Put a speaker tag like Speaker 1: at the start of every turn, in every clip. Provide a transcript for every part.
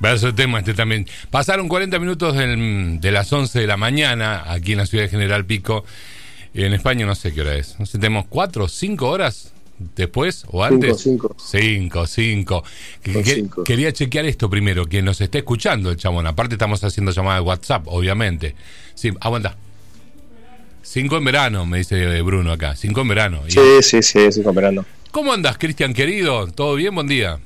Speaker 1: Verso de tema este también. Pasaron 40 minutos del- de las 11 de la mañana aquí en la ciudad de General Pico. En España no sé qué hora es. No sé, tenemos 4 o 5 horas después o antes.
Speaker 2: cinco.
Speaker 1: 5, 5.
Speaker 2: Son cinco.
Speaker 1: Quería chequear esto primero, que nos esté escuchando el chamón. Aparte estamos haciendo llamadas de WhatsApp, obviamente. Sí, aguanta. 5 en verano, me dice Bruno acá. 5 en verano. Y-
Speaker 2: Sí, sí, sí, sí, cooperando.
Speaker 1: ¿Cómo andas, Cristian querido? ¿Todo bien? Buen día.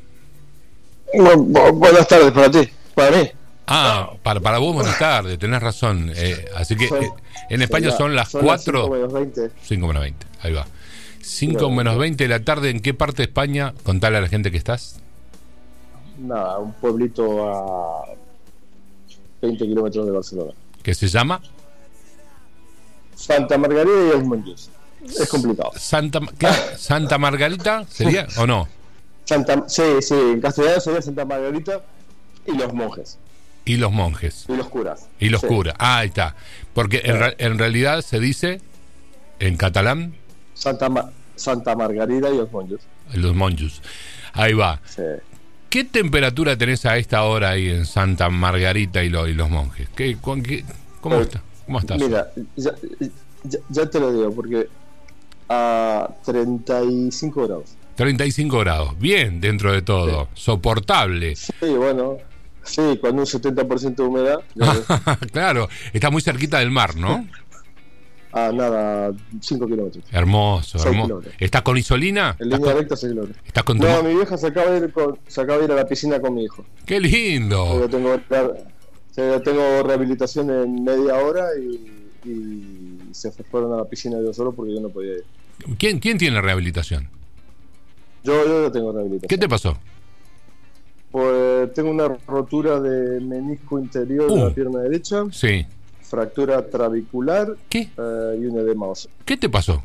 Speaker 2: Bu- bu- buenas tardes para ti, para mí.
Speaker 1: Ah, para, para vos buenas tardes, tenés razón. Eh, así que eh, en España son las 4, 5 menos 20, ahí va. 5 menos 20 de la tarde, ¿en qué parte de España? Contale a la gente que estás.
Speaker 2: Nada, un pueblito a 20 kilómetros de Barcelona.
Speaker 1: Que se llama
Speaker 2: Santa Margarida y los Monjes. Es complicado.
Speaker 1: Santa, Ma- ¿qué? Santa Margarita, ¿sería o no?
Speaker 2: Santa, sí, sí, en castellano sería Santa Margarita y los monjes,
Speaker 1: Y los monjes,
Speaker 2: y los curas.
Speaker 1: y los
Speaker 2: Sí.
Speaker 1: curas. Ah, ahí está. Porque en, ra- en realidad se dice en catalán
Speaker 2: Santa, Ma- Santa Margarida y los monjes.
Speaker 1: los monjos. Ahí va.
Speaker 2: Sí.
Speaker 1: ¿Qué temperatura tenés a esta hora ahí en Santa Margarita y, lo- y los monjes? ¿Qué, cuán- qué- ¿Cómo,
Speaker 2: Eh,
Speaker 1: está- ¿Cómo estás?
Speaker 2: Mira, ya, ya- ya te lo digo, porque a 35 grados.
Speaker 1: 35 grados. Bien, dentro de todo. Soportable.
Speaker 2: Sí, bueno, sí, con un 70% de humedad, eh, ya ves.
Speaker 1: claro, está muy cerquita del mar, ¿no?
Speaker 2: a nada, 5 kilómetros.
Speaker 1: Hermoso,
Speaker 2: Seis
Speaker 1: hermoso.
Speaker 2: kilómetros.
Speaker 1: ¿Estás con Isolina? ¿Estás
Speaker 2: En línea
Speaker 1: con,
Speaker 2: recta, 6 kilómetros.
Speaker 1: estás con tu
Speaker 2: No,
Speaker 1: ma-
Speaker 2: mi vieja se acaba, de ir con- se acaba de ir a la piscina con mi hijo.
Speaker 1: ¡Qué
Speaker 2: Yo
Speaker 1: lindo!
Speaker 2: tengo, yo tengo rehabilitación en media hora y, y se fueron a la piscina yo solo porque yo no podía ir.
Speaker 1: ¿Quién, ¿Quién tiene rehabilitación?
Speaker 2: Yo, yo no tengo
Speaker 1: ¿Qué
Speaker 2: rehabilitación.
Speaker 1: te pasó?
Speaker 2: Pues tengo una rotura de menisco interior de
Speaker 1: Uh.
Speaker 2: la pierna derecha,
Speaker 1: Sí.
Speaker 2: fractura trabicular
Speaker 1: ¿Qué?
Speaker 2: eh, y un edema óseo.
Speaker 1: ¿Qué te pasó?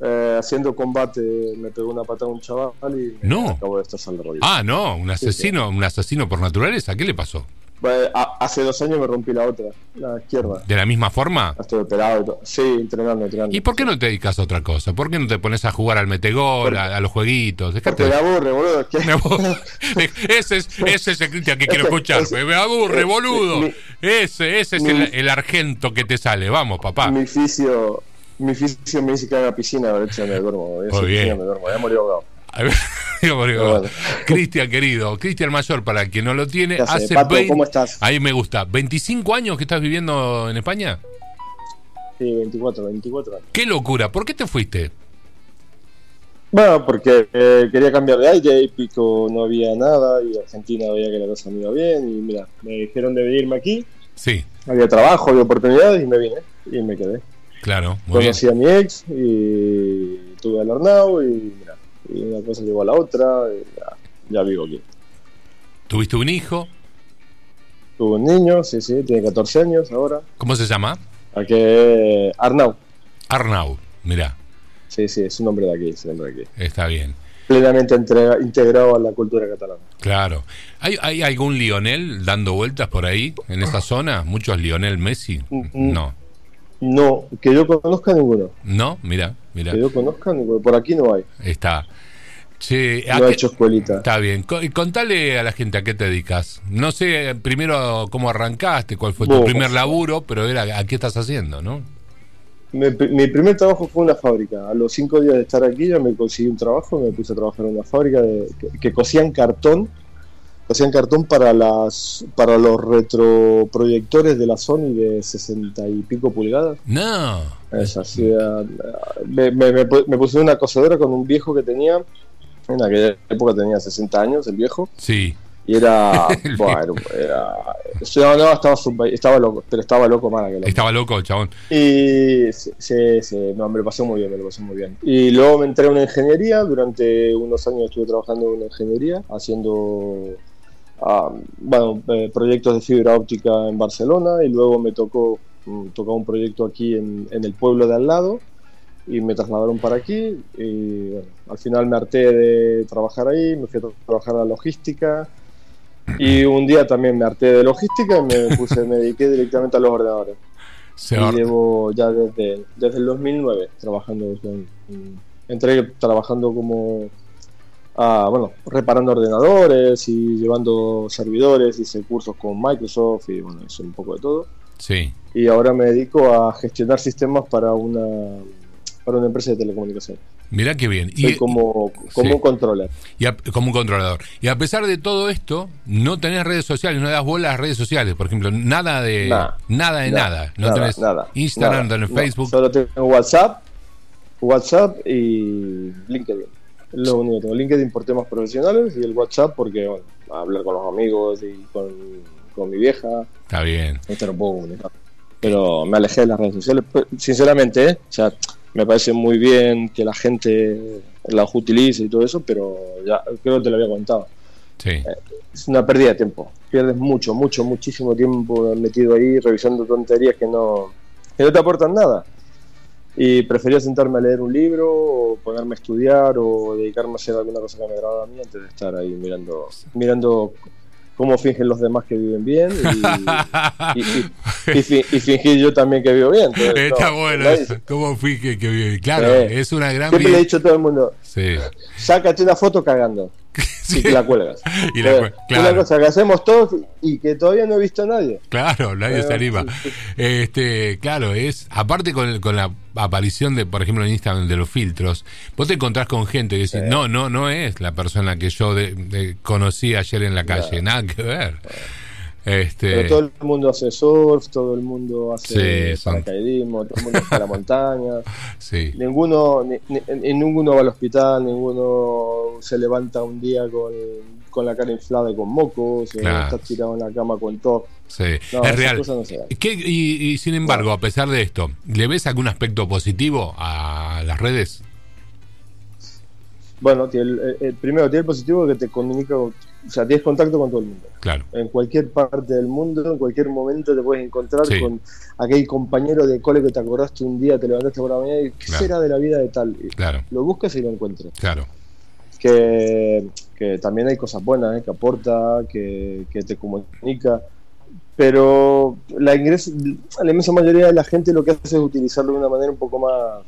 Speaker 2: Eh, haciendo combate me pegó una patada un chaval y me
Speaker 1: No.
Speaker 2: acabo de estar la rodilla.
Speaker 1: Ah, no, un
Speaker 2: sí.
Speaker 1: asesino, un asesino por naturaleza. ¿Qué le pasó?
Speaker 2: Eh, a- hace dos años me rompí la otra, la izquierda.
Speaker 1: ¿De la misma forma?
Speaker 2: La Estoy operado y todo. Sí, entrenando, entrenando.
Speaker 1: ¿Y por qué no te dedicas a otra cosa? ¿Por qué no te pones a jugar al metegol, a, a los jueguitos? Dejate
Speaker 2: Porque me aburre, boludo. es que-
Speaker 1: Me aburre. ese, es, ese es el Cristian que quiero escuchar. Me aburre, boludo. Ese, ese es el, el argento que te sale. Vamos, papá.
Speaker 2: Mi fisio, mi fisio me dice que haga piscina, a ver si me duermo. Voy a hacer
Speaker 1: Muy bien.
Speaker 2: piscina, me duermo, ya murió ahogado.
Speaker 1: Digo, digo, eh,
Speaker 2: Bueno.
Speaker 1: Cristian, querido. Cristian Mayor, para quien no lo tiene,
Speaker 2: ¿Qué hace?
Speaker 1: hace
Speaker 2: Pato,
Speaker 1: 20
Speaker 2: ¿cómo estás?
Speaker 1: Ahí me gusta. ¿25 años que estás viviendo en España?
Speaker 2: Sí, 24, 24 años.
Speaker 1: ¡Qué locura! ¿Por qué te fuiste?
Speaker 2: Bueno, porque eh, quería cambiar de aire y Pico no había nada y Argentina veía que la cosa me iba bien y mira, me dijeron de venirme aquí,
Speaker 1: Sí,
Speaker 2: había trabajo, había oportunidades y me vine y me quedé.
Speaker 1: claro. Muy bien.
Speaker 2: Conocí a mi ex y tuve al Arnau y mira, y una cosa llegó a la otra y ya, ya vivo aquí.
Speaker 1: ¿Tuviste un hijo?
Speaker 2: Tuve un niño, sí, sí, tiene 14 años ahora.
Speaker 1: ¿Cómo se llama?
Speaker 2: ¿A que eh, Arnau.
Speaker 1: Arnau. Mirá,
Speaker 2: Sí, sí, es un hombre de aquí, es un hombre de aquí.
Speaker 1: está bien.
Speaker 2: Plenamente entrega- integrado a la cultura catalana.
Speaker 1: Claro. ¿Hay, hay algún Lionel dando vueltas por ahí, en esa zona? ¿Muchos Lionel Messi?
Speaker 2: Mm.
Speaker 1: No.
Speaker 2: No, que yo conozca ninguno.
Speaker 1: No, mira, mira.
Speaker 2: Que yo conozca ninguno. Por aquí no hay.
Speaker 1: Está. Che, ¿a
Speaker 2: No ha
Speaker 1: qué-
Speaker 2: hecho escuelita.
Speaker 1: está bien. Co- y Contale a la gente a qué te dedicas. No sé primero cómo arrancaste, cuál fue tu
Speaker 2: Vos.
Speaker 1: primer laburo, pero era a qué estás haciendo, ¿no?
Speaker 2: Mi, pri- mi primer trabajo fue en una fábrica. A los cinco días de estar aquí ya me conseguí un trabajo. Me puse a trabajar en una fábrica de- que, que cosían cartón. Cosían cartón para las para los retroproyectores de la Sony de 60 y pico pulgadas.
Speaker 1: No.
Speaker 2: Es así, ah, me, me- me pu- me puse una cosedora con un viejo que tenía, en aquella época tenía 60 años el viejo,
Speaker 1: Sí.
Speaker 2: y era, bueno, era, yo no, estaba, sub- estaba loco, pero estaba loco mal aquel hombre.
Speaker 1: Estaba loco, el chabón.
Speaker 2: Y sí, sí, sí, no, me lo pasé muy bien, me lo pasé muy bien. Y luego me entré a una ingeniería, durante unos años estuve trabajando en una ingeniería, haciendo ah, bueno, eh, proyectos de fibra óptica en Barcelona y luego me tocó mm, tocaba un proyecto aquí en, en el pueblo de al lado y me trasladaron para aquí y bueno, al final me harté de trabajar ahí, me fui a tra- trabajar a la logística y un día también me harté de logística y me puse, me dediqué directamente a los ordenadores.
Speaker 1: Se
Speaker 2: Y
Speaker 1: or-
Speaker 2: llevo ya desde, desde el 2009 trabajando con... Entré trabajando como a, bueno, reparando ordenadores y llevando servidores, hice cursos con Microsoft y bueno, hice un poco de todo.
Speaker 1: Sí.
Speaker 2: Y ahora me dedico a gestionar sistemas para una, para una empresa de telecomunicaciones.
Speaker 1: Mirá qué bien.
Speaker 2: Soy y, como, como sí. un controller.
Speaker 1: Y a, como un controlador. Y a pesar de todo esto, no tenés redes sociales, no das bola a las redes sociales, por ejemplo. Nada de nah, nada de nah, nada. No
Speaker 2: nada,
Speaker 1: tenés
Speaker 2: nada,
Speaker 1: Instagram, nada, tenés Facebook. No,
Speaker 2: solo tengo WhatsApp, WhatsApp y LinkedIn. Lo único que tengo. LinkedIn por temas profesionales y el WhatsApp porque, bueno, a hablar con los amigos y con, con mi vieja.
Speaker 1: Está bien.
Speaker 2: Esto no puedo comunicar. Pero me alejé de las redes sociales. Sinceramente, ¿eh? O sea, me parece muy bien que la gente las utilice y todo eso, pero ya creo que te lo había contado.
Speaker 1: Sí. Eh,
Speaker 2: es una pérdida de tiempo. Pierdes mucho, mucho, muchísimo tiempo metido ahí revisando tonterías que no, que no te aportan nada. Y prefería sentarme a leer un libro, o ponerme a estudiar, o dedicarme a hacer alguna cosa que me agradaba a mí antes de estar ahí mirando, mirando cómo fingen los demás que viven bien y, y, y, y fingir yo también que vivo bien. Entonces,
Speaker 1: Está no, bueno eso, cómo finge que vive bien. Claro, sí. es una gran...
Speaker 2: Siempre le he dicho a todo el mundo,
Speaker 1: sí.
Speaker 2: sácate una foto cagando sí. y que la cuelgas. Eh,
Speaker 1: Y la cuelgas. Claro.
Speaker 2: Una cosa que hacemos todos y que todavía no he visto a nadie.
Speaker 1: Claro, nadie Pero, se anima. Este, claro, es aparte con, con la aparición de, por ejemplo, en Instagram de los filtros, vos te encontrás con gente que dice, sí. no, no, no es la persona que yo de, de, conocí ayer en la calle, nada, nada que ver. Este...
Speaker 2: Pero todo el mundo hace surf, todo el mundo hace sí, paracaidismo, todo el mundo va a la montaña.
Speaker 1: Sí.
Speaker 2: Ninguno, ni, ni, ninguno va al hospital, ninguno se levanta un día con, con la cara inflada y con mocos, claro. está tirado en la cama con todo.
Speaker 1: Sí. No, es real. No ¿Qué, y, y, sin embargo, a pesar de esto, ¿le ves algún aspecto positivo a las redes?
Speaker 2: Bueno, el, el primero tiene el positivo que te comunica con, o sea, tienes contacto con todo el mundo.
Speaker 1: Claro.
Speaker 2: En cualquier parte del mundo, en cualquier momento te puedes encontrar sí. con aquel compañero de cole que te acordaste un día, te levantaste por la mañana y ¿qué claro. será de la vida de tal? Y
Speaker 1: claro.
Speaker 2: Lo buscas y lo encuentras.
Speaker 1: Claro.
Speaker 2: Que, que también hay cosas buenas, ¿eh? que aporta, que, que, te comunica. Pero la, ingres, la inmensa mayoría de la gente lo que hace es utilizarlo de una manera un poco más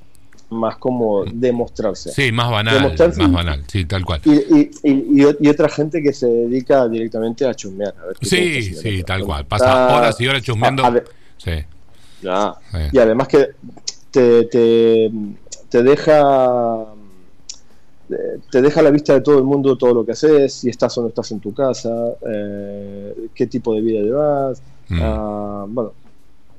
Speaker 2: más como demostrarse.
Speaker 1: Sí, más banal. Demostrarse más y, banal, sí, tal cual.
Speaker 2: Y, y, y, otra gente que se dedica directamente a chusmear. A ver
Speaker 1: sí, sí, tal cual. Pasa horas y horas chusmeando. A, a, sí.
Speaker 2: Ah, sí. Y además que te, te, te deja eh, te deja a la vista de todo el mundo todo lo que haces, si estás o no estás en tu casa, eh, qué tipo de vida llevas. Mm. Ah, bueno,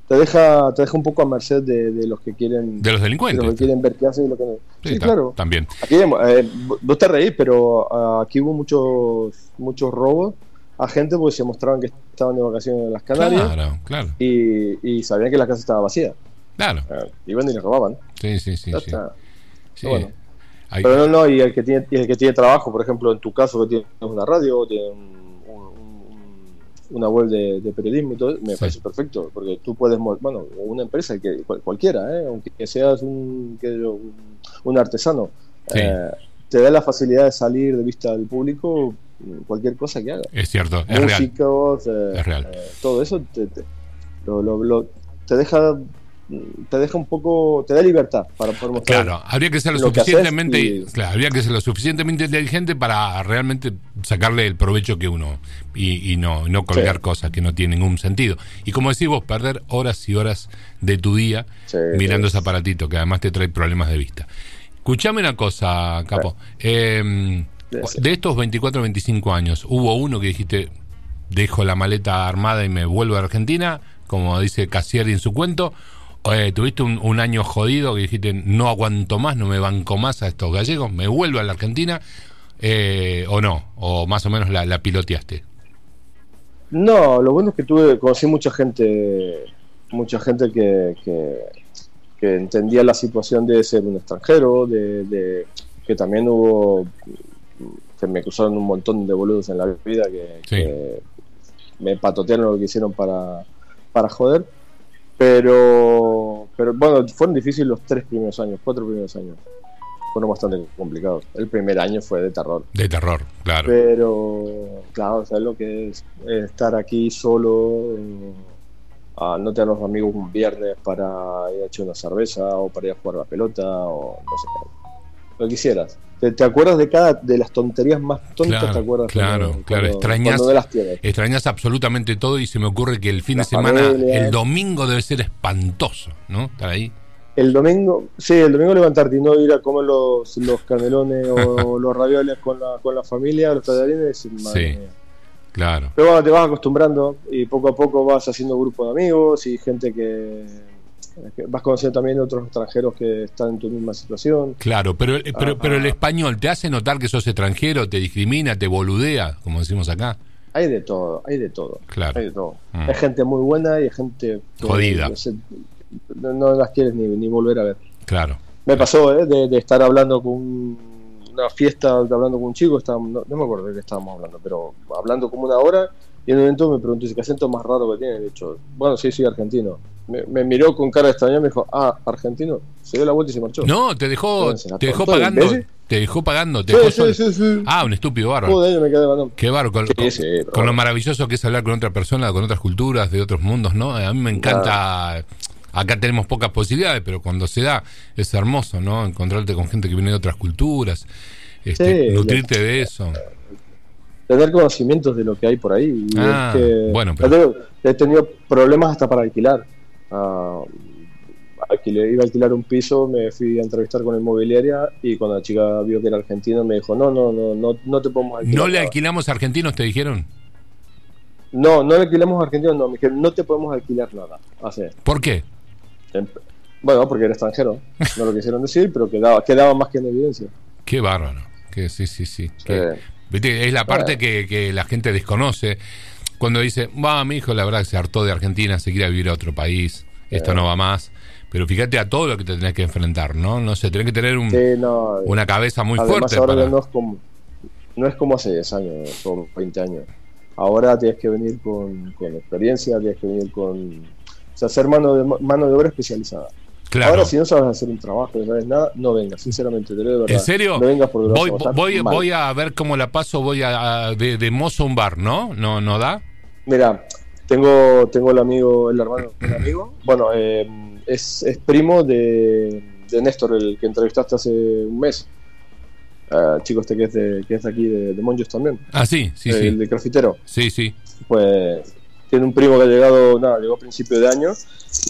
Speaker 2: te deja te deja un poco a merced de, de los que quieren
Speaker 1: de los delincuentes
Speaker 2: de los que quieren ver qué hacen y lo que no
Speaker 1: sí, sí claro también
Speaker 2: aquí eh, vos te reís pero uh, aquí hubo muchos muchos robos a gente porque se mostraban que estaban de vacaciones en las Canarias
Speaker 1: claro claro
Speaker 2: y, y sabían que la casa estaba vacía
Speaker 1: claro
Speaker 2: eh, iban y le robaban
Speaker 1: sí sí sí, sí.
Speaker 2: sí. Bueno. Hay... pero no no y el que tiene y el que tiene trabajo por ejemplo en tu caso que tienes una radio tienes un una web de, de, periodismo y todo, me sí. parece perfecto, porque tú puedes, bueno, una empresa, que cualquiera, ¿eh? aunque seas un, que yo, un artesano, sí. eh, te da la facilidad de salir de vista del público cualquier cosa que hagas.
Speaker 1: Es cierto,
Speaker 2: es Músicos,
Speaker 1: real. Eh, es real.
Speaker 2: todo eso te, te, lo, lo, lo, te deja te deja un poco, te da libertad para poder mostrar.
Speaker 1: Claro, habría que ser lo, lo suficientemente, y... claro, habría que ser lo suficientemente inteligente para realmente sacarle el provecho que uno y, y no, no colgar sí. cosas que no tienen ningún sentido. Y como decís vos, perder horas y horas de tu día sí, mirando sí. ese aparatito que además te trae problemas de vista. Escuchame una cosa, Capo. Eh, de estos 24, 25 años, ¿hubo uno que dijiste, dejo la maleta armada y me vuelvo a Argentina? Como dice Casieri en su cuento, eh, tuviste un, un, año jodido que dijiste no aguanto más, no me banco más a estos gallegos, me vuelvo a la Argentina, eh, o no, o más o menos la, la, piloteaste.
Speaker 2: No, lo bueno es que tuve, conocí mucha gente, mucha gente que, que, que entendía la situación de ser un extranjero, de, de, que también hubo que me cruzaron un montón de boludos en la vida que, sí. que me patotearon lo que hicieron para, para joder pero pero bueno fueron difíciles los tres primeros años cuatro primeros años fueron bastante complicados el primer año fue de terror
Speaker 1: de terror claro
Speaker 2: pero claro sabes lo que es estar aquí solo a no tener a los amigos un viernes para ir a echar una cerveza o para ir a jugar la pelota o no sé lo que quisieras. Te, te, acuerdas de cada de las tonterías más tontas,
Speaker 1: claro,
Speaker 2: te acuerdas.
Speaker 1: Claro, cuando, claro, extrañas,
Speaker 2: cuando las
Speaker 1: extrañas absolutamente todo y se me ocurre que el fin las de semana, familias. el domingo debe ser espantoso, ¿no? Estar ahí.
Speaker 2: El domingo, sí, el domingo levantarte y no ir a comer los, los canelones o los ravioles con la, con la familia, los tallarines, y,
Speaker 1: madre sí. Mía. Claro.
Speaker 2: Pero bueno, te vas acostumbrando y poco a poco vas haciendo grupos de amigos y gente que, vas conociendo también otros extranjeros que están en tu misma situación.
Speaker 1: Claro, pero, pero, ah, pero el español te hace notar que sos extranjero, te discrimina, te boludea, como decimos acá.
Speaker 2: Hay de todo, hay de todo.
Speaker 1: Claro.
Speaker 2: Hay de todo. Mm. Hay gente muy buena y hay gente
Speaker 1: jodida.
Speaker 2: No, no las quieres ni, ni, volver a ver.
Speaker 1: Claro.
Speaker 2: Me pasó ¿eh? de, de, estar hablando con una fiesta, hablando con un chico, estábamos, no, no, me acuerdo de qué estábamos hablando, pero hablando como una hora. Y en un momento me preguntó, ¿qué acento más raro que tiene? De hecho, bueno, sí, soy argentino. Me, me, miró con cara de extraño y me dijo, ah, argentino, se dio la vuelta y se marchó.
Speaker 1: No, te dejó, te dejó pagando. Te dejó pagando, te sí, dejó sí, sol... sí, Ah, un estúpido barro.
Speaker 2: Joder, me quedé
Speaker 1: mal. Qué barro, con, con, lo maravilloso que es hablar con otra persona, con otras culturas, de otros mundos, ¿no? Eh, A mí me encanta. Nah. Acá tenemos pocas posibilidades, pero cuando se da es hermoso, ¿no? Encontrarte con gente que viene de otras culturas, este, nutrirte ya. de eso
Speaker 2: tener conocimientos de lo que hay por ahí. Y
Speaker 1: ah,
Speaker 2: es que
Speaker 1: bueno, pero...
Speaker 2: he tenido problemas hasta para alquilar. Uh, alquilé, iba a alquilar un piso, me fui a entrevistar con la inmobiliaria y cuando la chica vio que era argentino me dijo, no, no, no, no, no te podemos alquilar.
Speaker 1: ¿No le alquilamos a argentinos, te dijeron?
Speaker 2: No, no le alquilamos a argentinos, no, me dijeron, no te podemos alquilar nada. Así.
Speaker 1: ¿Por qué?
Speaker 2: Bueno, porque era extranjero, no lo quisieron decir, pero quedaba, quedaba más que en evidencia.
Speaker 1: Qué bárbaro, que sí, sí, sí. sí. Qué... ¿Viste? Es la
Speaker 2: Eh.
Speaker 1: parte que, que, la gente desconoce. Cuando dice, va, mi hijo, la verdad que se hartó de Argentina, se quiere vivir a otro país,
Speaker 2: Eh.
Speaker 1: esto no va más. Pero fíjate a todo lo que te tenés que enfrentar, ¿no? No sé, tenés que tener un,
Speaker 2: sí, no,
Speaker 1: una cabeza muy fuerte.
Speaker 2: Ahora para... no, es como, no es como hace 10 años o 20 años. Ahora tienes que venir con, con experiencia, tienes que venir con. O sea, ser mano de, mano de obra especializada.
Speaker 1: Claro.
Speaker 2: Ahora, si no sabes hacer un trabajo, no sabes nada, no vengas, sinceramente, te lo digo de verdad.
Speaker 1: ¿En serio?
Speaker 2: No vengas por
Speaker 1: voy, voy, voy, a ver cómo la paso, voy a, a de, de, mozo a un bar, ¿no? ¿No, no da?
Speaker 2: Mira, tengo, tengo el amigo, el hermano, un amigo, bueno, eh, es, es, primo de, de, Néstor, el que entrevistaste hace un mes. Uh, chico este que es de, que es de aquí, de, de Monjos también.
Speaker 1: Ah, sí, sí,
Speaker 2: el,
Speaker 1: sí.
Speaker 2: El de Crafitero.
Speaker 1: Sí, sí.
Speaker 2: Pues tiene un primo que ha llegado, nada, llegó a principio de año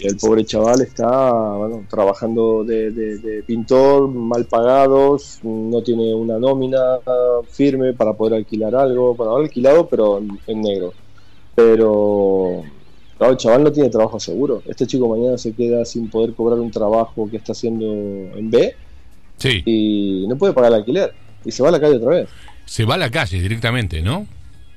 Speaker 2: y el pobre chaval está, bueno, trabajando de, de, de pintor, mal pagados, no tiene una nómina firme para poder alquilar algo, para bueno, alquilado, pero en, en negro. Pero, claro, el chaval no tiene trabajo seguro. Este chico mañana se queda sin poder cobrar un trabajo que está haciendo en B
Speaker 1: sí.
Speaker 2: y no puede pagar el alquiler y se va a la calle otra vez.
Speaker 1: Se va a la calle directamente, ¿no?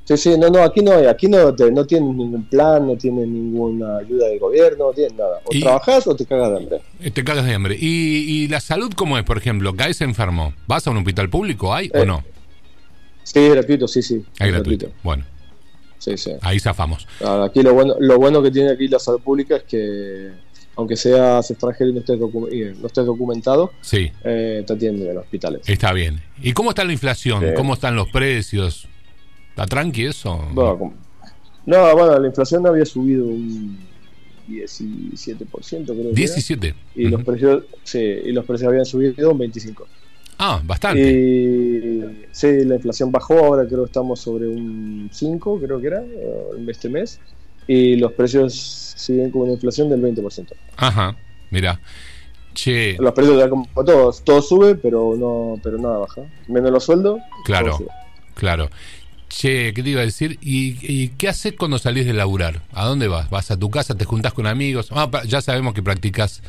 Speaker 2: Sí, sí, no, no, aquí no hay, aquí no, te, no tienes ningún plan, no tienes ninguna ayuda del gobierno, no tienes nada. O trabajas o te cagas de hambre.
Speaker 1: Te cagas Este de hambre. ¿Y, ¿Y, la salud cómo es, por ejemplo? ¿Caes enfermo? ¿Vas a un hospital público? ¿Hay eh, o no?
Speaker 2: Sí, es gratuito, sí, sí.
Speaker 1: Es gratuito. gratuito. Bueno.
Speaker 2: Sí, sí.
Speaker 1: Ahí zafamos.
Speaker 2: Ahora, aquí lo bueno, lo bueno que tiene aquí la salud pública es que aunque seas extranjero y no estés, docu y no estés documentado,
Speaker 1: sí.
Speaker 2: eh, te atienden en hospitales.
Speaker 1: Está bien. ¿Y cómo está la inflación? Sí. ¿Cómo están los precios? ¿Está tranqui eso?
Speaker 2: Bueno, no, bueno, la inflación había subido un 17%, creo.
Speaker 1: 17%.
Speaker 2: Que era, y, uh -huh. los precios, sí, y los precios habían subido un 25%.
Speaker 1: Ah, bastante.
Speaker 2: Y, sí, la inflación bajó, ahora creo que estamos sobre un 5, creo que era, este mes. Y los precios siguen con una inflación del 20%.
Speaker 1: Ajá, mira. Che.
Speaker 2: Los precios ya como todos, todo sube, pero no pero nada baja. Menos los sueldos.
Speaker 1: Claro, claro. Che, ¿qué te iba a decir? ¿Y, y qué haces cuando salís de laburar? ¿A dónde vas? ¿Vas a tu casa? ¿Te juntás con amigos? Ah, ya sabemos que practicas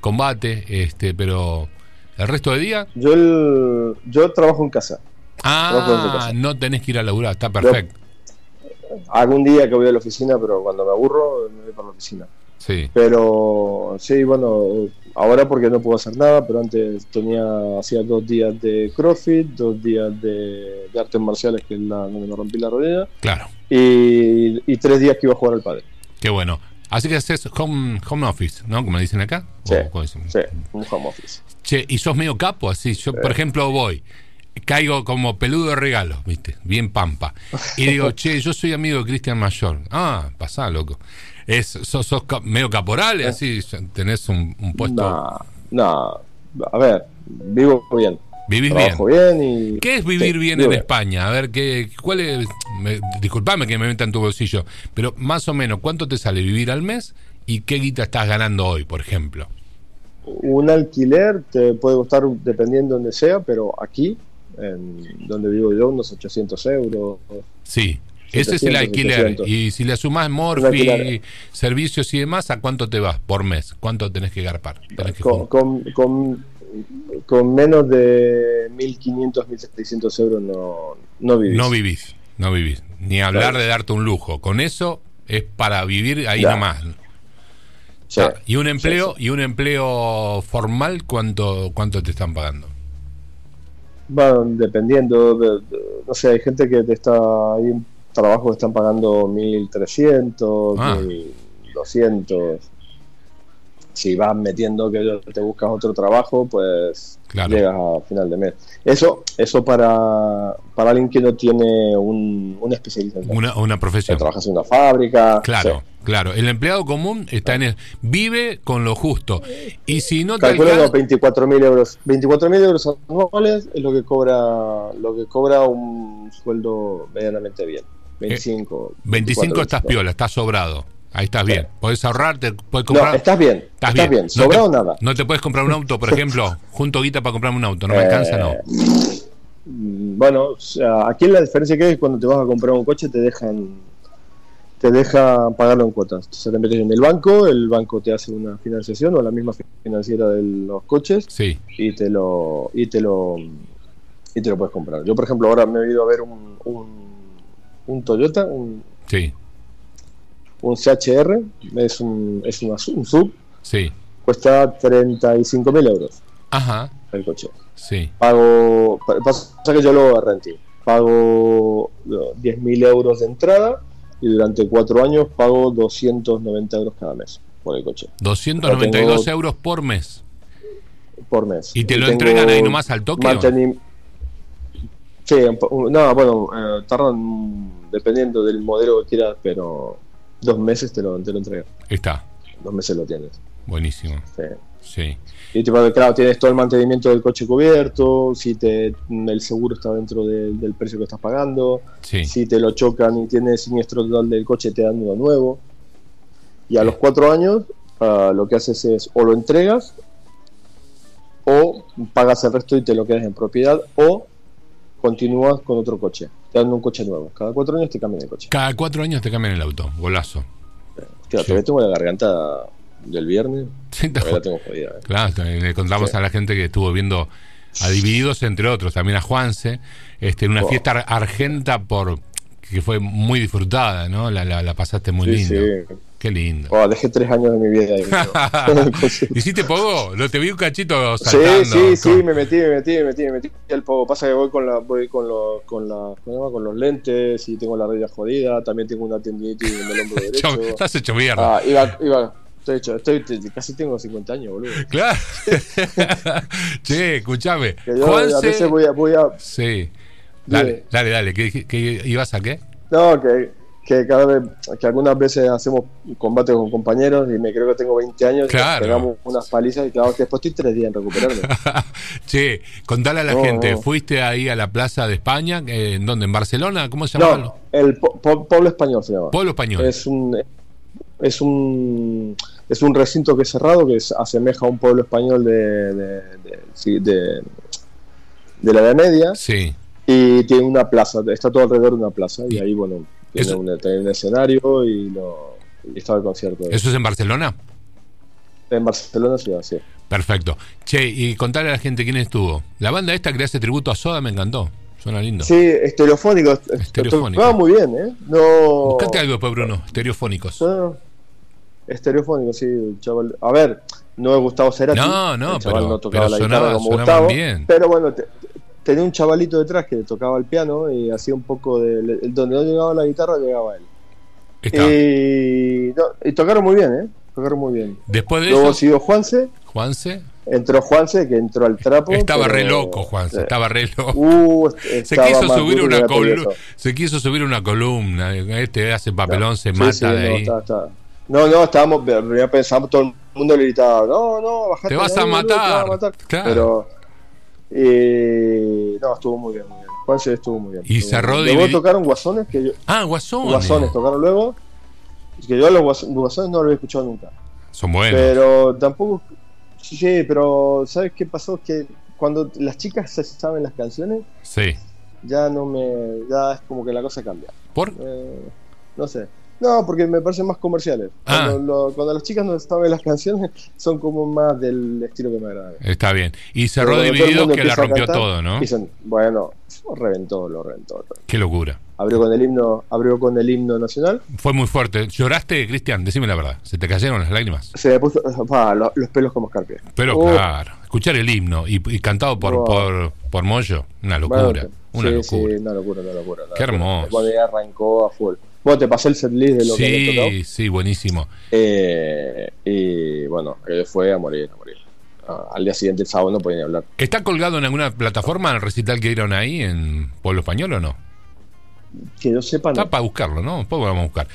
Speaker 1: combate, este, pero ¿el resto del día?
Speaker 2: Yo, el, yo trabajo en casa.
Speaker 1: Ah, en casa. no tenés que ir a laburar, está perfecto.
Speaker 2: Yo, algún día que voy a la oficina, pero cuando me aburro me voy para la oficina.
Speaker 1: Sí.
Speaker 2: Pero sí, bueno, ahora porque no puedo hacer nada, pero antes tenía, hacía dos días de CrossFit, dos días de, de artes marciales, que es la, donde me rompí la rodilla.
Speaker 1: Claro.
Speaker 2: Y, y, tres días que iba a jugar al padre.
Speaker 1: Qué bueno. Así que haces home, home office, ¿no? Como dicen acá.
Speaker 2: Sí, o, dicen? sí, un home office.
Speaker 1: Che, y sos medio capo, así. Yo, sí. por ejemplo, voy caigo como peludo de regalo, ¿viste? Bien pampa. Y digo, che, yo soy amigo de Cristian Mayor. Ah, pasá, loco. Es, sos, sos medio caporal, Pues y así tenés un, un puesto.
Speaker 2: No, no, a ver, vivo bien.
Speaker 1: Vivís
Speaker 2: trabajo bien. bien y,
Speaker 1: ¿Qué es vivir sí, bien en bien. España? A ver, ¿qué, ¿cuál es? Me, disculpame que me meta en tu bolsillo, pero más o menos, ¿cuánto te sale vivir al mes y qué guita estás ganando hoy, por ejemplo?
Speaker 2: Un alquiler te puede costar, dependiendo donde sea, pero aquí, en donde vivo yo, unos 800 euros.
Speaker 1: Sí. 700, Ese es el alquiler. 800. Y si le sumás morfi, servicios y demás, ¿a cuánto te vas por mes? ¿Cuánto tenés que garpar? Tenés que
Speaker 2: con, con, con, con, menos de 1.500, 1.700 euros no, no vivís.
Speaker 1: No vivís, no vivís. Ni hablar claro. de darte un lujo. Con eso es para vivir ahí ya. nomás. Sí, ah, y un empleo sí, sí. y un empleo formal cuánto cuánto te están pagando
Speaker 2: bueno dependiendo de, de, no sé hay gente que te está hay trabajos que están pagando 1300 ah. 1200 si vas metiendo que te buscas otro trabajo pues claro. llegas a final de mes eso eso para para alguien que no tiene un, una especialización
Speaker 1: una, una profesión
Speaker 2: que trabajas en una fábrica
Speaker 1: claro Claro, el empleado común está en el, vive con lo justo. Y si no
Speaker 2: Calculo los 24 mil euros. 24 mil euros anuales es lo que cobra lo que cobra un sueldo medianamente bien. 25.
Speaker 1: Eh, 25 estás 000. piola, estás sobrado. Ahí estás bien. Sí. Podés ahorrarte, podés comprar.
Speaker 2: No, estás bien. Estás, estás bien. bien. Sobrado
Speaker 1: no te,
Speaker 2: nada.
Speaker 1: No te puedes comprar un auto, por ejemplo. Junto guita para comprarme un auto. No me alcanza, eh, no.
Speaker 2: Bueno, o sea, aquí la diferencia que es cuando te vas a comprar un coche te dejan te deja pagarlo en cuotas. Entonces te metes en el banco, el banco te hace una financiación o la misma financiera de los coches
Speaker 1: sí.
Speaker 2: y te lo y te lo y te lo puedes comprar. Yo por ejemplo ahora me he ido a ver un, un, un Toyota, un,
Speaker 1: sí.
Speaker 2: un CHR, es un es una, un sub,
Speaker 1: sí.
Speaker 2: cuesta 35 mil euros.
Speaker 1: Ajá.
Speaker 2: El coche.
Speaker 1: Sí.
Speaker 2: Pago, pasa que yo lo renté. Pago 10 mil euros de entrada y durante cuatro años pago 290 euros cada mes por el coche.
Speaker 1: 292 euros por mes.
Speaker 2: Por mes.
Speaker 1: ¿Y te y lo entregan ahí nomás al toque?
Speaker 2: Mantenim... Sí, no, bueno, eh, tardan dependiendo del modelo que quieras, pero dos meses te lo, te lo entregan.
Speaker 1: Está.
Speaker 2: Dos meses lo tienes.
Speaker 1: Buenísimo. Sí. sí.
Speaker 2: Y tipo, claro, tienes todo el mantenimiento del coche cubierto, si te, el seguro está dentro de, del precio que estás pagando,
Speaker 1: sí.
Speaker 2: si te lo chocan y tienes siniestro total del coche, te dan uno nuevo. Y a sí. los cuatro años uh, lo que haces es o lo entregas o pagas el resto y te lo quedas en propiedad o continúas con otro coche. Te dan un coche nuevo. Cada cuatro años te cambian el coche.
Speaker 1: Cada cuatro años te cambian el auto. Golazo.
Speaker 2: Claro, sí. todavía tengo la garganta del viernes.
Speaker 1: Sí, la tengo jodida, ¿eh? Claro, le contamos sí. a la gente que estuvo viendo a Divididos, entre otros, también a Juanse, este, en una oh. fiesta argenta por que fue muy disfrutada, ¿no? La, la, la pasaste muy sí, lindo. Qué lindo.
Speaker 2: Oh, dejé tres años de mi vida ahí.
Speaker 1: ¿Hiciste pogo? Lo te vi un cachito
Speaker 2: saltando. Sí, sí, con... sí, me metí, me metí, me metí, me metí el pogo. Pasa que voy con la, voy con los, con la, con los lentes y tengo la rodilla jodida, también tengo una tendinitis en el hombro derecho.
Speaker 1: Estás hecho mierda.
Speaker 2: Ah, iba, iba, Estoy hecho, estoy, casi tengo 50 años, boludo.
Speaker 1: Claro. che, escúchame.
Speaker 2: Juanse... A veces voy a. Voy a...
Speaker 1: Sí. Dale, sí. dale, dale. ¿Qué, ¿Qué, ibas a qué?
Speaker 2: No, que, que cada vez, que algunas veces hacemos combate con compañeros y me creo que tengo 20 años
Speaker 1: claro.
Speaker 2: y pegamos unas palizas y claro, después estoy tres días en recuperarme.
Speaker 1: che, contale a la no, gente, no. ¿fuiste ahí a la Plaza de España? Eh, ¿En dónde? ¿En Barcelona? ¿Cómo se llama?
Speaker 2: No, el po po Pueblo Español se llama.
Speaker 1: Pueblo Español.
Speaker 2: Es un es un es un recinto que es cerrado que es, asemeja a un pueblo español de de, de, de, de la Edad Media
Speaker 1: sí.
Speaker 2: y tiene una plaza está todo alrededor de una plaza y, y ahí bueno tiene, eso, un, tiene un, escenario y, lo, y estaba el concierto
Speaker 1: eso es en Barcelona
Speaker 2: en Barcelona ciudad sí
Speaker 1: perfecto che y contarle a la gente quién estuvo la banda esta que le hace tributo a Soda me encantó Suena lindo.
Speaker 2: Sí, estereofónicos. Estereofónicos. Va muy bien, ¿eh? No...
Speaker 1: Buscate algo después, Bruno. Estereofónicos.
Speaker 2: No, Estereofónico, sí, chaval. A ver, no es Gustavo Cerati.
Speaker 1: No, no, el pero, no tocaba pero la sonaba, como Gustavo, bien.
Speaker 2: Pero bueno, te, te, tenía un chavalito detrás que tocaba el piano y hacía un poco de. Le, donde no llegaba la guitarra, llegaba él. Y, no, y, tocaron muy bien, ¿eh? Tocaron muy bien.
Speaker 1: Después de
Speaker 2: Luego
Speaker 1: eso,
Speaker 2: siguió Juanse.
Speaker 1: Juanse.
Speaker 2: Entró Juanse, que entró al trapo.
Speaker 1: Estaba pero, re loco, Juanse, eh, estaba re loco.
Speaker 2: Uh,
Speaker 1: se, quiso subir una columna, se quiso subir una columna. Este hace papelón, no, se mata sí, sí, de ahí.
Speaker 2: Está, está. No, no, estábamos, pensamos, todo el mundo le gritaba, no, no, bajate.
Speaker 1: Te vas a matar. Luego, te vas a matar. Claro.
Speaker 2: Pero Eh, no, estuvo muy bien, muy bien. Juanse estuvo muy bien.
Speaker 1: Y
Speaker 2: estuvo
Speaker 1: cerró
Speaker 2: bien. Luego tocaron Guasones. Que yo,
Speaker 1: ah, Guasones.
Speaker 2: Guasones tocaron luego. Que yo a los guas- Guasones no los había escuchado nunca.
Speaker 1: Son buenos.
Speaker 2: Pero tampoco. Sí, pero ¿sabes qué pasó? Que cuando las chicas se saben las canciones,
Speaker 1: Sí.
Speaker 2: ya no me. Ya es como que la cosa cambia.
Speaker 1: ¿Por?
Speaker 2: Eh, no sé. No, porque me parecen más comerciales.
Speaker 1: Ah.
Speaker 2: Cuando, lo- cuando las chicas no saben las canciones, son como más del estilo que me agrada.
Speaker 1: Está bien. Y cerró
Speaker 2: Pero cuando todo el
Speaker 1: dividido
Speaker 2: mundo
Speaker 1: que la
Speaker 2: empieza a
Speaker 1: rompió
Speaker 2: cantar,
Speaker 1: todo, ¿no?
Speaker 2: dicen, bueno, reventó, lo reventó. lo reventó.
Speaker 1: Qué locura.
Speaker 2: Abrió con el himno, abrió con el himno nacional.
Speaker 1: Fue muy fuerte. ¿Lloraste, Cristian? Decime la verdad. ¿Se te cayeron las lágrimas?
Speaker 2: Se le puso pa, lo- los pelos como escarpia.
Speaker 1: Pero
Speaker 2: Oh,
Speaker 1: claro, escuchar el himno y, y cantado por,
Speaker 2: Wow.
Speaker 1: por, por Moyo, una
Speaker 2: bueno,
Speaker 1: locura. Una
Speaker 2: sí,
Speaker 1: locura.
Speaker 2: sí, una locura, una locura. una
Speaker 1: Qué
Speaker 2: locura.
Speaker 1: hermoso.
Speaker 2: Cuando ya arrancó a full. Bueno, te pasé el setlist de lo que había tocado.
Speaker 1: Sí, sí, buenísimo.
Speaker 2: Eh, y bueno, eh, fue a morir, a morir. Ah, al día siguiente, el sábado, no podían hablar.
Speaker 1: ¿Está colgado en alguna plataforma el recital que dieron ahí en Pueblo Español o no?
Speaker 2: Que yo sepa, no.
Speaker 1: Está para buscarlo, ¿no? Después lo vamos a buscar.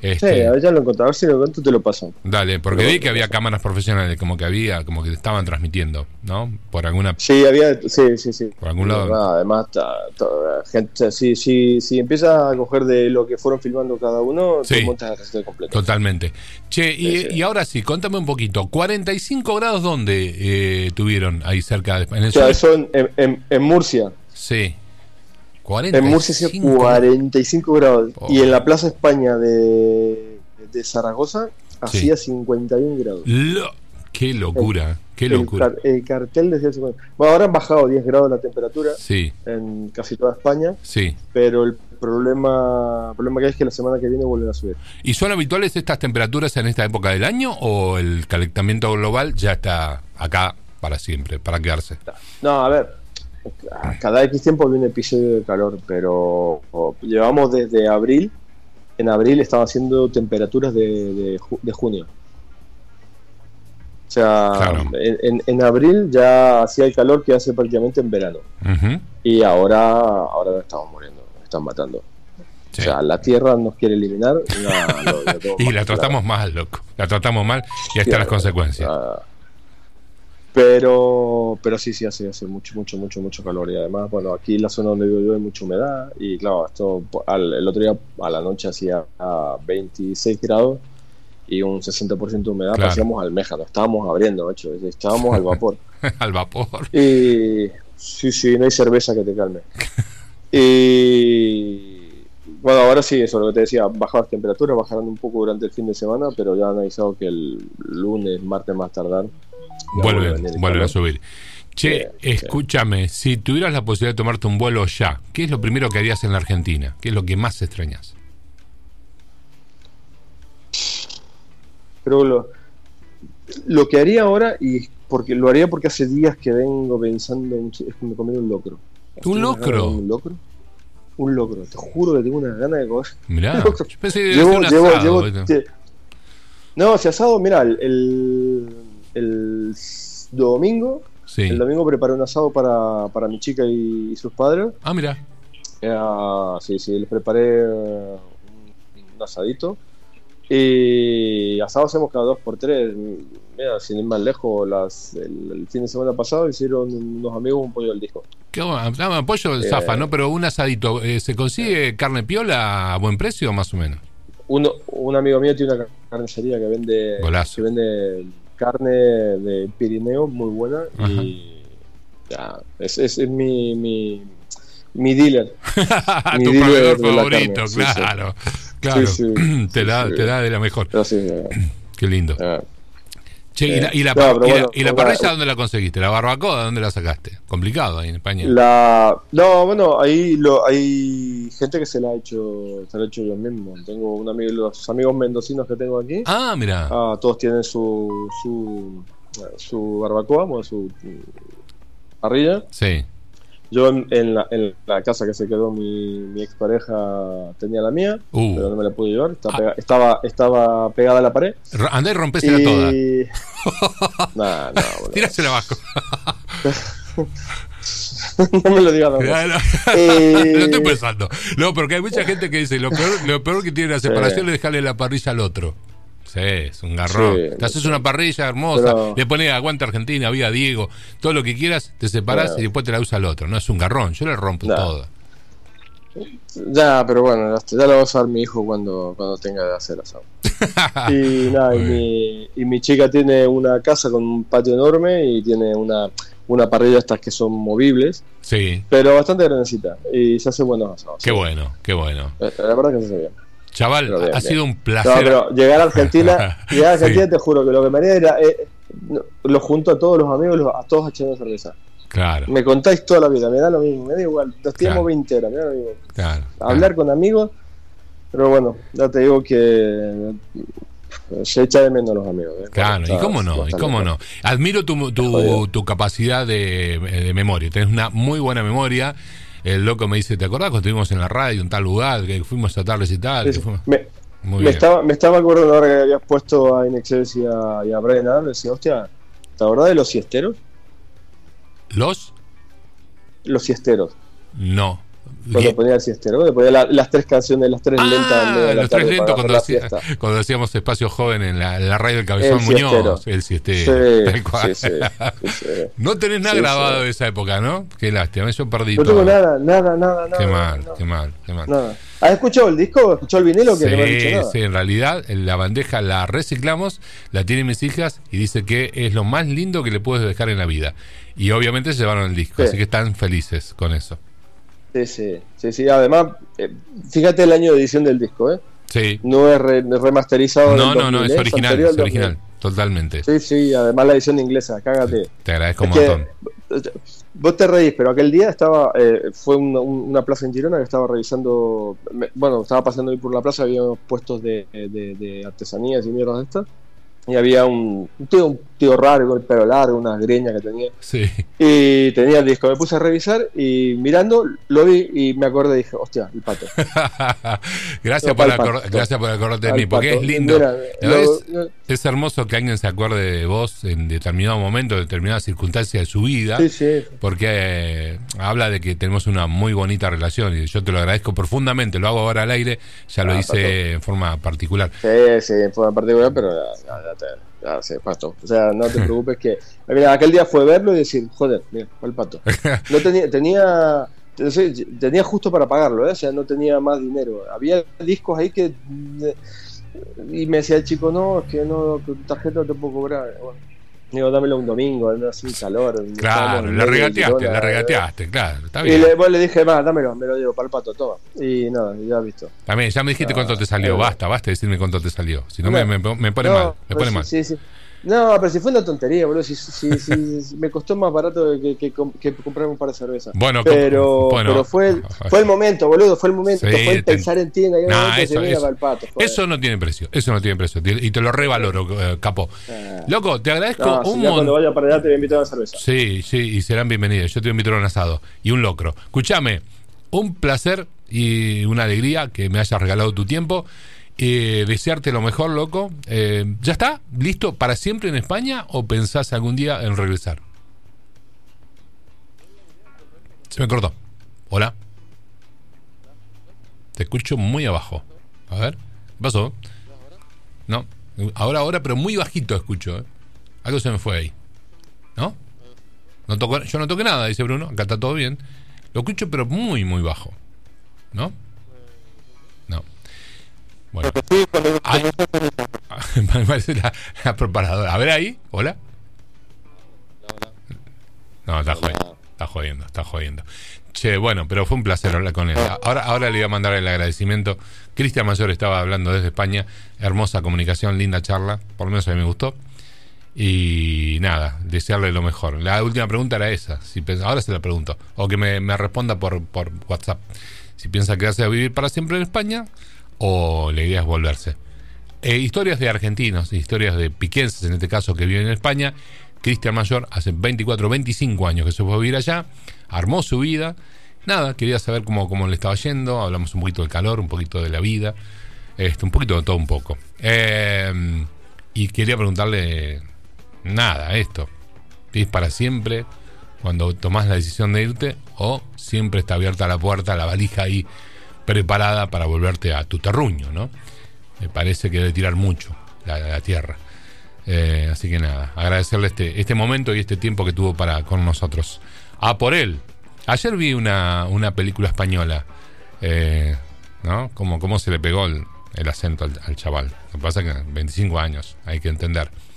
Speaker 2: Sí,
Speaker 1: Este,
Speaker 2: a ver, ya lo encontré. A ver si lo encuentro, te lo paso.
Speaker 1: dale, porque
Speaker 2: Lo-
Speaker 1: vi que había cámaras profesionales, como que había, como que estaban transmitiendo, ¿no? Por alguna,
Speaker 2: Sí, había. Sí, sí, sí.
Speaker 1: por algún lado.
Speaker 2: Nada, además, ta- ta- gente, si, si, si empiezas a coger de lo que fueron filmando cada uno,
Speaker 1: Sí.
Speaker 2: te montas el resto completo.
Speaker 1: Totalmente. Che, y,
Speaker 2: Sí, sí.
Speaker 1: y ahora sí, contame un poquito. ¿45 grados dónde eh, tuvieron ahí cerca de en el
Speaker 2: O sea,
Speaker 1: sur?
Speaker 2: eso en, en- en- en Murcia.
Speaker 1: Sí. 45.
Speaker 2: En Murcia hacía 45 grados.
Speaker 1: Oh.
Speaker 2: Y en la Plaza España de, de Zaragoza
Speaker 1: Sí.
Speaker 2: hacía 51 grados.
Speaker 1: Lo- qué locura, qué
Speaker 2: El,
Speaker 1: locura.
Speaker 2: car- el cartel decía 50. Bueno, ahora han bajado 10 grados la temperatura
Speaker 1: Sí,
Speaker 2: en casi toda España,
Speaker 1: sí.
Speaker 2: pero el problema, el problema que hay es que la semana que viene vuelven a subir.
Speaker 1: ¿Y son habituales estas temperaturas en esta época del año o el calentamiento global ya está acá para siempre, para quedarse?
Speaker 2: No, a ver, a cada X tiempo viene episodio de calor, pero o, llevamos desde abril, en abril estaban haciendo temperaturas de, de ju- de junio. O sea,
Speaker 1: Claro.
Speaker 2: en, en- en abril ya hacía el calor que hace prácticamente en verano.
Speaker 1: Ujú,
Speaker 2: Y ahora, ahora estamos muriendo, nos están matando.
Speaker 1: sí.
Speaker 2: O sea, la Tierra nos quiere eliminar. no, no, no, no,
Speaker 1: y
Speaker 2: más
Speaker 1: la
Speaker 2: claro.
Speaker 1: tratamos mal, loco. La tratamos mal y ahí
Speaker 2: Sí,
Speaker 1: están las
Speaker 2: eh,
Speaker 1: consecuencias.
Speaker 2: Ah, pero, pero sí, sí, hace, hace mucho, mucho, mucho, mucho calor. Y además, bueno, aquí en la zona donde vivo yo hay mucha humedad. Y claro, esto al- el otro día a la noche hacía ah, 26 grados y un 60% de humedad.
Speaker 1: Claro.
Speaker 2: Parecíamos almeja, no estábamos abriendo, macho, estábamos al vapor.
Speaker 1: Al vapor.
Speaker 2: Y sí, sí, no hay cerveza que te calme. Y bueno, ahora sí, eso lo que te decía, bajar las temperaturas, bajarán un poco durante el fin de semana, pero ya han avisado que el lunes, martes más tardar. ya
Speaker 1: Vuelven,
Speaker 2: a venir el
Speaker 1: vuelven a
Speaker 2: calor.
Speaker 1: subir. Che,
Speaker 2: Sí,
Speaker 1: escúchame, si tuvieras la posibilidad de tomarte un vuelo ya, ¿qué es lo primero que harías en la Argentina? ¿Qué es lo que más extrañas?
Speaker 2: Creo que lo, lo que haría ahora, y porque lo haría porque hace días que vengo pensando, en- es que me comí un locro.
Speaker 1: ¿Un
Speaker 2: Tengo una gana de
Speaker 1: locro?
Speaker 2: comer ¿Un locro? Un locro, te juro que tengo una gana de comer.
Speaker 1: Mirá,
Speaker 2: Llevo-
Speaker 1: yo pensé que
Speaker 2: llevo,
Speaker 1: ibas a hacer un
Speaker 2: llevo,
Speaker 1: asado,
Speaker 2: llevo-
Speaker 1: ¿viste?
Speaker 2: te- No, si asado, mira, el, el, el s- domingo,
Speaker 1: Sí.
Speaker 2: el domingo preparé un asado para, para mi chica y, y sus padres.
Speaker 1: Ah, mirá,
Speaker 2: Eh, sí, sí, les preparé eh, un, un asadito. Y asado hacemos cada dos por tres. Mira, sin ir más lejos, las, el, el fin de semana pasado hicieron unos amigos un pollo al disco.
Speaker 1: ¿Qué, ah, ah, pollo
Speaker 2: Eh,
Speaker 1: zafa, ¿no? Pero un asadito, eh, ¿se consigue carne piola a buen precio más o menos?
Speaker 2: Uno, un amigo mío tiene una carnicería que vende,
Speaker 1: Golazo.
Speaker 2: que vende carne de Pirineo muy buena
Speaker 1: Ajá.
Speaker 2: y ya, es, es, es mi, mi, mi dealer. Mi
Speaker 1: tu
Speaker 2: dealer
Speaker 1: proveedor
Speaker 2: de la
Speaker 1: favorito,
Speaker 2: carne, sí, sí.
Speaker 1: claro. Claro,
Speaker 2: Sí, sí,
Speaker 1: te,
Speaker 2: sí,
Speaker 1: da,
Speaker 2: sí.
Speaker 1: te da de la mejor.
Speaker 2: Pero sí, eh,
Speaker 1: Qué lindo.
Speaker 2: eh,
Speaker 1: Che, ¿y la, y la,
Speaker 2: no, pero
Speaker 1: y la-
Speaker 2: bueno,
Speaker 1: y la
Speaker 2: bueno,
Speaker 1: parrilla
Speaker 2: bueno.
Speaker 1: dónde la conseguiste? ¿La barbacoa dónde la sacaste? Complicado ahí en España.
Speaker 2: la, no, bueno, ahí lo, hay gente que se la ha hecho, se la ha hecho yo mismo. Tengo un amigo, los amigos mendocinos que tengo aquí,
Speaker 1: Ah, mira.
Speaker 2: ah, todos tienen su, su, su barbacoa, bueno, su mm, parrilla.
Speaker 1: Sí,
Speaker 2: Yo en, en la, en la casa que se quedó mi, mi expareja tenía la mía,
Speaker 1: Uh.
Speaker 2: pero no me la pude llevar. Está
Speaker 1: Ah.
Speaker 2: pega- estaba, estaba pegada a la pared.
Speaker 1: Ro- andá y rompésela toda.
Speaker 2: Y... Nah, no, boludo.
Speaker 1: Tírasela abajo.
Speaker 2: no me lo digas. no.
Speaker 1: No, Ah, no,
Speaker 2: Eh,
Speaker 1: lo estoy pensando. No, porque hay mucha gente que dice: lo peor, lo peor que tiene la separación
Speaker 2: Sí.
Speaker 1: es dejarle la parrilla al otro. Sí, es un garrón. Sí, te haces una parrilla hermosa, pero... le pones aguanta Argentina, viva Diego, todo lo que quieras, te separas claro. y después te la usa el otro. No es un garrón, yo le rompo nah. todo.
Speaker 2: Ya, pero bueno, ya lo va a usar mi hijo cuando, cuando tenga que hacer asado. y nada, y mi, y mi, chica tiene una casa con un patio enorme y tiene una, una parrilla estas que son movibles.
Speaker 1: Sí.
Speaker 2: Pero bastante grandecita y se hace buenos asados.
Speaker 1: Qué bueno, qué bueno.
Speaker 2: La, la verdad es que se hace bien.
Speaker 1: Chaval, bien, ha bien. sido un placer.
Speaker 2: No, pero llegar a Argentina, llegar a Argentina sí. te juro que lo que me haría era, eh, lo junto a todos los amigos, a todos echando cerveza.
Speaker 1: Claro.
Speaker 2: Me contáis toda la vida, me da lo mismo, me da igual, los tiempos claro. 20 horas, me da lo mismo.
Speaker 1: Claro,
Speaker 2: Hablar con amigos, pero bueno, ya te digo que se echa de menos los amigos. ¿eh?
Speaker 1: Claro, y cómo no, y cómo no. Admiro tu, tu, tu capacidad de, eh, de memoria, tenés una muy buena memoria el loco me dice, ¿te acordás cuando estuvimos en la radio en tal lugar, que fuimos a tal recital? Sí,
Speaker 2: me, me estaba, me estaba acordando ahora que habías puesto a Inexcess y a, y a Brennan, decía, hostia, ¿te acordás de los siesteros?
Speaker 1: ¿Los?
Speaker 2: Los siesteros.
Speaker 1: No.
Speaker 2: Cuando ponía el siestero, ponía la, las tres canciones, las tres
Speaker 1: ah,
Speaker 2: lentas.
Speaker 1: De la los tres lentos cuando, hacía, cuando, hacíamos espacio joven en la, en la radio del Cabezón el Muñoz, siestero. el siestero.
Speaker 2: Sí, tal cual. Sí, sí,
Speaker 1: no tenés nada grabado de esa época, ¿no? Qué lástima, yo perdí
Speaker 2: no
Speaker 1: todo.
Speaker 2: No tengo nada, nada, nada.
Speaker 1: Qué
Speaker 2: nada,
Speaker 1: mal,
Speaker 2: nada,
Speaker 1: qué mal, qué mal.
Speaker 2: Nada. Ah, ¿Has escuchado el disco? ¿Escuchado el vinilo? Que
Speaker 1: sí,
Speaker 2: no me dicho nada?
Speaker 1: sí, en realidad la bandeja la reciclamos, la tienen mis hijas y dice que es lo más lindo que le puedes dejar en la vida. Y obviamente se llevaron el disco, así que están felices con eso.
Speaker 2: Sí, sí, sí, sí. Además, eh, fíjate el año de edición del disco, ¿eh?
Speaker 1: Sí.
Speaker 2: No es re, remasterizado.
Speaker 1: No, 2000, no,
Speaker 2: ¿eh?
Speaker 1: no, es original, es original, totalmente.
Speaker 2: Sí, sí, además la edición inglesa, cágate. Sí,
Speaker 1: te agradezco es un montón.
Speaker 2: Que, vos te reís, pero aquel día estaba, eh, fue una, una, plaza en Girona que estaba revisando, me, bueno, estaba pasando ahí por la plaza, había unos puestos de, eh, de, de artesanías y mierdas de estas y había un, un, tío, un tío raro con el pelo largo, unas greñas que tenía.
Speaker 1: Sí.
Speaker 2: Y tenía el disco. Me puse a revisar y mirando lo vi y me acordé y dije, hostia, el pato.
Speaker 1: gracias, no, por el pato. gracias por acordarte de mí, porque pato. es lindo. Mira, lo, lo, es hermoso que alguien se acuerde de vos en determinado momento, en determinada circunstancia de su vida,
Speaker 2: sí, sí.
Speaker 1: porque eh, habla de que tenemos una muy bonita relación y yo te lo agradezco profundamente. Lo hago ahora al aire, ya ah, lo hice pato. en forma particular.
Speaker 2: Sí, sí, en forma particular, pero... Ya, ya, Ah, sí, pato. O sea, no te preocupes que. Mira, aquel día fue verlo y decir, joder, mira, fue el pato. No tenía, tenía, tenía justo para pagarlo, ¿eh? o sea, no tenía más dinero. Había discos ahí que. Y me decía el chico, no, es que no, tu tarjeta no te puedo cobrar. Bueno, digo, dámelo un domingo, no hace un calor.
Speaker 1: Claro, la regateaste, la regateaste, claro. Está
Speaker 2: bien. eh. Y le, vos le dije, va, dámelo, me lo llevo para el pato, toma. Y nada, ya visto.
Speaker 1: También, ya me dijiste ah, cuánto te salió, basta, basta decirme cuánto te salió. Si no, me, me, me pone
Speaker 2: no,
Speaker 1: mal, me pone
Speaker 2: sí,
Speaker 1: mal.
Speaker 2: Sí, sí. No, pero si fue una tontería, boludo. Si, si, si, me costó más barato que, que, que, comprar un par de cervezas.
Speaker 1: Bueno, ah,
Speaker 2: pero, bueno. pero fue, el, fue el momento, boludo. Fue el momento. Sí, fue el pensar en ti en aquel
Speaker 1: nah,
Speaker 2: momento
Speaker 1: eso,
Speaker 2: se
Speaker 1: eso.
Speaker 2: Para el pato.
Speaker 1: Joder. Eso no tiene precio. Eso no tiene precio. Y te lo revaloro, eh, capo. Ah. Loco, te agradezco no, un
Speaker 2: si montón. Cuando vaya para allá te voy a invitar a una cerveza.
Speaker 1: Sí, sí, y serán bienvenidos. Yo te invito a un asado y un locro. Escúchame, un placer y una alegría que me hayas regalado tu tiempo. Eh, desearte lo mejor, loco. Eh, ¿Ya está? ¿Listo para siempre en España o pensás algún día en regresar? Se me cortó. Hola. Te escucho muy abajo. A ver, ¿qué pasó? No, ahora, ahora, pero muy bajito escucho. ¿eh? Algo se me fue ahí. ¿No? no toco, yo no toqué nada, dice Bruno. Acá está todo bien. Lo escucho, pero muy, muy bajo. ¿No? No. Bueno. Ay, me parece la, la, preparadora. A ver ahí, hola. No, está jodiendo, está jodiendo, está jodiendo. Che, bueno, pero fue un placer hablar con él. Ahora, ahora le voy a mandar el agradecimiento. Cristian Mayor estaba hablando desde España. Hermosa comunicación, linda charla. Por lo menos a mí me gustó. Y nada, desearle lo mejor. La última pregunta era esa. Si pensaba, ahora se la pregunto. O que me, me responda por, por WhatsApp. Si piensa quedarse a vivir para siempre en España, o la idea es volverse. Eh, historias de argentinos, historias de piquenses, en este caso que viven en España. Cristian Mayor hace 24 25 años que se fue a vivir allá, armó su vida. Nada, quería saber cómo, cómo le estaba yendo. Hablamos un poquito del calor, un poquito de la vida, este, un poquito de todo, un poco. Eh, y quería preguntarle nada, esto. ¿Es para siempre cuando tomás la decisión de irte o siempre está abierta la puerta, la valija ahí? preparada para volverte a tu terruño, ¿no? Me parece que debe tirar mucho. la, la tierra. Eh, así que nada, agradecerle este, este momento y este tiempo que tuvo para con nosotros. A por él. Ayer vi una, una película española, eh, ¿no? Cómo, cómo se le pegó el, el acento al, al chaval. Lo que pasa que 25 años, hay que entender.